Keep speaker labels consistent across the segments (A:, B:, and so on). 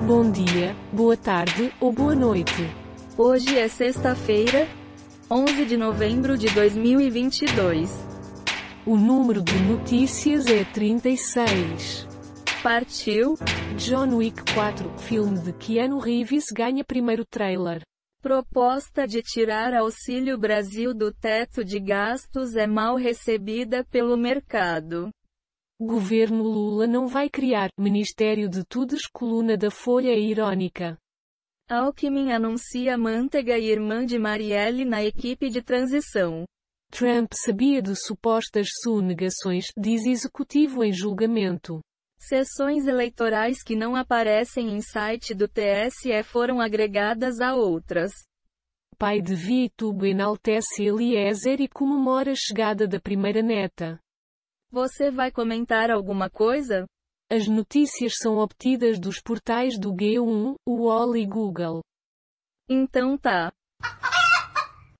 A: Bom dia, boa tarde ou boa noite.
B: Hoje é sexta-feira, 11 de novembro de 2022.
A: O número de notícias é 36.
B: Partiu,
A: John Wick 4, filme de Keanu Reeves ganha primeiro trailer.
B: proposta de tirar Auxílio Brasil do teto de gastos é mal recebida pelo mercado.
A: Governo Lula não vai criar Ministério de Tudes, coluna da Folha é Irônica.
B: Alckmin anuncia Manteiga e irmã de Marielle na equipe de transição.
A: Trump sabia de supostas sonegações, diz executivo em julgamento.
B: Sessões eleitorais que não aparecem em site do TSE foram agregadas a outras.
A: Pai de Vitubo enaltece Eliezer e comemora a chegada da primeira neta.
B: Você vai comentar alguma coisa?
A: As notícias são obtidas dos portais do G1, UOL e Google.
B: Então tá.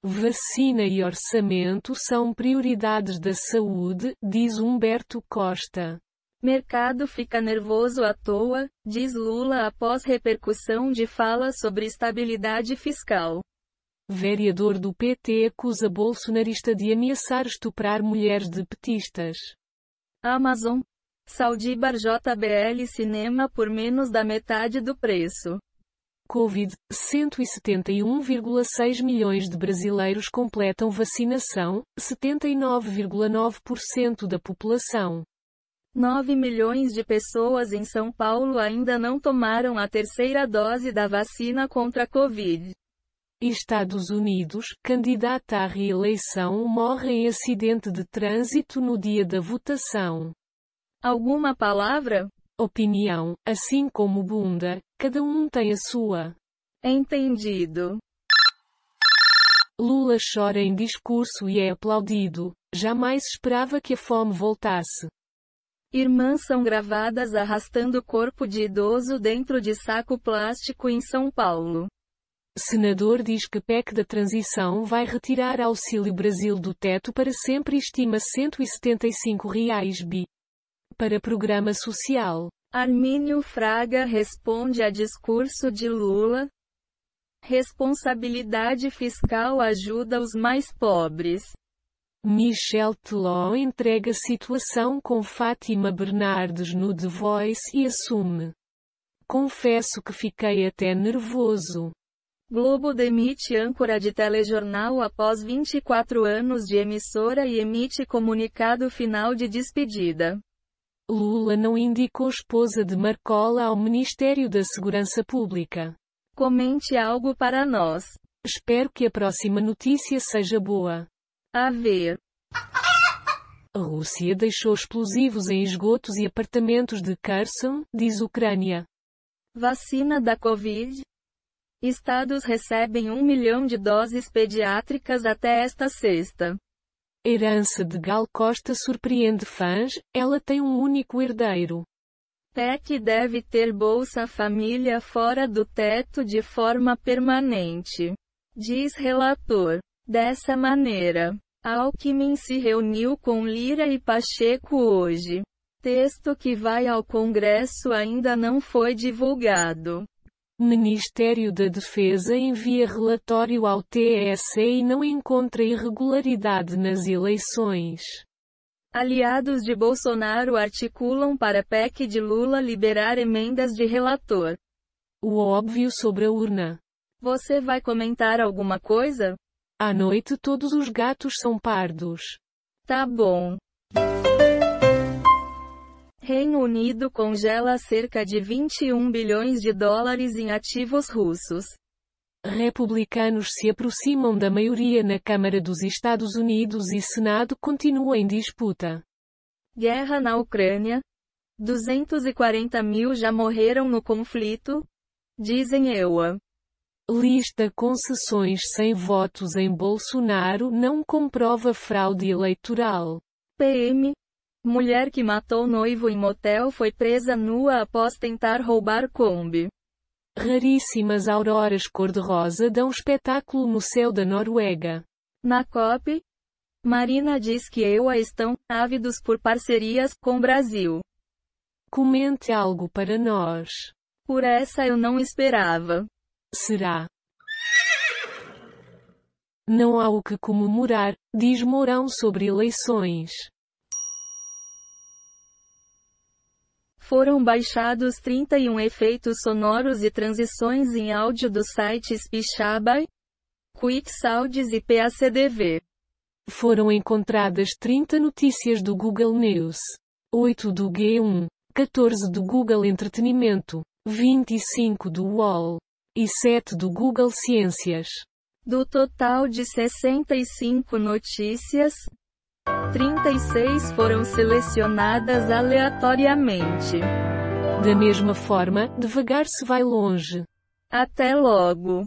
A: Vacina e orçamento são prioridades da saúde, diz Humberto Costa.
B: Mercado fica nervoso à toa, diz Lula após repercussão de fala sobre estabilidade fiscal.
A: Vereador do PT acusa bolsonarista de ameaçar estuprar mulheres de petistas.
B: Amazon. Saudibar JBL Cinema por menos da metade do preço.
A: Covid: 171,6 milhões de brasileiros completam vacinação, 79,9% da população.
B: 9 milhões de pessoas em São Paulo ainda não tomaram a terceira dose da vacina contra a Covid.
A: Estados Unidos, candidata à reeleição morre em acidente de trânsito no dia da votação.
B: Alguma palavra?
A: Opinião, assim como bunda, cada um tem a sua.
B: Entendido.
A: Lula chora em discurso e é aplaudido. Jamais esperava que a fome voltasse.
B: Irmãs são gravadas arrastando corpo de idoso dentro de saco plástico em São Paulo.
A: Senador diz que PEC da transição vai retirar auxílio Brasil do teto para sempre e estima R$ 175 reais bi. Para programa social.
B: Armínio Fraga responde a discurso de Lula. Responsabilidade fiscal ajuda os mais pobres.
A: Michel Teló entrega situação com Fátima Bernardes no The Voice e assume. Confesso que fiquei até nervoso.
B: Globo demite âncora de telejornal após 24 anos de emissora e emite comunicado final de despedida.
A: Lula não indicou esposa de Marcola ao Ministério da Segurança Pública.
B: Comente algo para nós.
A: Espero que a próxima notícia seja boa.
B: A ver.
A: A Rússia deixou explosivos em esgotos e apartamentos de Kherson, diz Ucrânia.
B: Vacina da Covid. Estados recebem 1 milhão de doses pediátricas até esta sexta.
A: Herança de Gal Costa surpreende fãs, ela tem um único herdeiro.
B: PEC deve ter Bolsa Família fora do teto de forma permanente. Diz relator. Dessa maneira, Alckmin se reuniu com Lira e Pacheco hoje. Texto que vai ao Congresso ainda não foi divulgado.
A: Ministério da Defesa envia relatório ao TSE e não encontra irregularidade nas eleições.
B: Aliados de Bolsonaro articulam para PEC de Lula liberar emendas de relator.
A: O óbvio sobre a urna.
B: Você vai comentar alguma coisa?
A: À noite todos os gatos são pardos.
B: Tá bom. Reino Unido congela cerca de 21 bilhões de dólares em ativos russos.
A: Republicanos se aproximam da maioria na Câmara dos Estados Unidos e Senado continua em disputa.
B: Guerra na Ucrânia. 240 mil já morreram no conflito? Dizem EUA.
A: Lista concessões sem votos em Bolsonaro não comprova fraude eleitoral.
B: PM. Mulher que matou noivo em motel foi presa nua após tentar roubar Kombi.
A: Raríssimas auroras cor-de-rosa dão espetáculo no céu da Noruega.
B: Na COP. Marina diz que EUA estão ávidos por parcerias com Brasil.
A: Comente algo para nós.
B: Por essa eu não esperava.
A: Será? Não há o que comemorar, diz Mourão sobre eleições.
B: Foram baixados 31 efeitos sonoros e transições em áudio dos sites Pixabay, QuickSounds e PACDV.
A: Foram encontradas 30 notícias do Google News, 8 do G1, 14 do Google Entretenimento, 25 do UOL e 7 do Google Ciências.
B: Do total de 65 notícias, 36 foram selecionadas aleatoriamente.
A: Da mesma forma, devagar se vai longe.
B: Até logo!